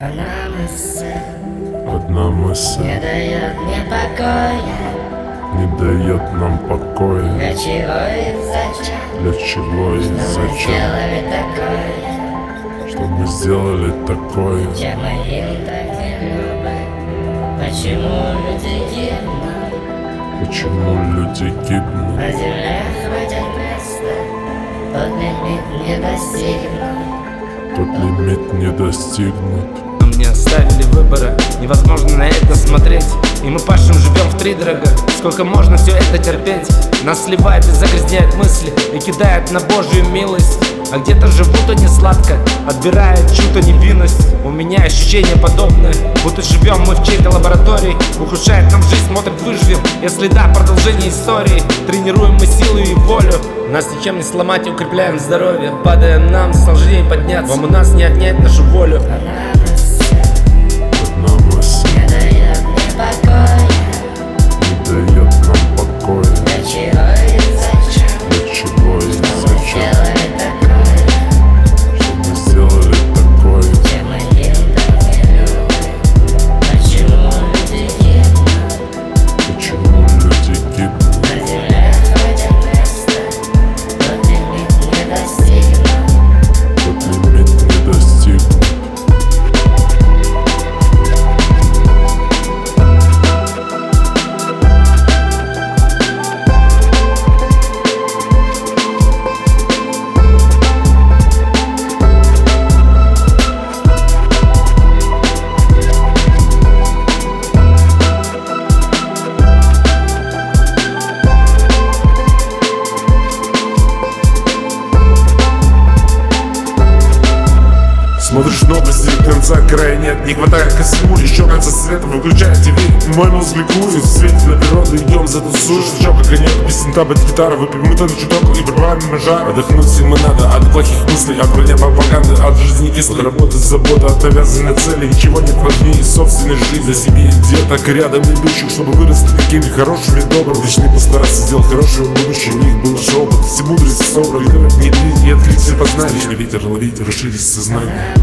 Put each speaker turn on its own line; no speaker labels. Одна мысль
Одна мысль
не дает мне покоя
не дает нам покоя
Для чего и зачем
Для чего и
мы
зачем
сделали такое
Что мы сделали такое
Чем мы им так не любим Почему люди гибнут
Почему люди гибнут
На земле хватит места Тот лимит не достигнут
Тот лимит не достигнут
Нам не оставили выбора Невозможно на это смотреть И мы пашем, живем в три дорога Сколько можно все это терпеть Нас сливает и загрязняет мысли И кидает на божью милость А где-то живут они сладко Отбирают чью-то невинность У меня ощущение подобное Будто живем мы в чьей-то лаборатории Ухудшает нам жизнь, смотрит выживем Если да, продолжение истории Тренируем мы силу и волю Нас ничем не сломать, укрепляем здоровье Падаем нам, сложнее подняться Вам у нас не отнять нашу волю
Одна мысль
Одна мысль
не дает мне покоя
не дает нам покоя
Для чего и зачем
Для чего и зачем
Делали такое
Что мы сделали такое
Чем мы им так не любим Почему люди гибнут
Почему люди гибнут
На земле хотя место, тот лимит не достигнут
Тот лимит не достигнут Смотришь новости, конца края нет Не хватает ко всему, еще конца света Выключай ТВ, мой мозг ликует В свете на природу идем затусуешь Шучок, как нет, без синта, под гитару Выпьем мы на чуток и прибавим жар Отдохнуть всем и надо от плохих мыслей От броня пропаганды, от жизни кислой Работа, забота, от навязанной цели Ничего нет важнее собственной жизни За семьи и деток рядом идущих Чтобы выросли такими хорошими, добрыми Лично постараться сделать хорошее будущее У них был наш опыт, все мудрость собрали Не длиннее, откликся познания Личный ветер ловить, расширить сознание
на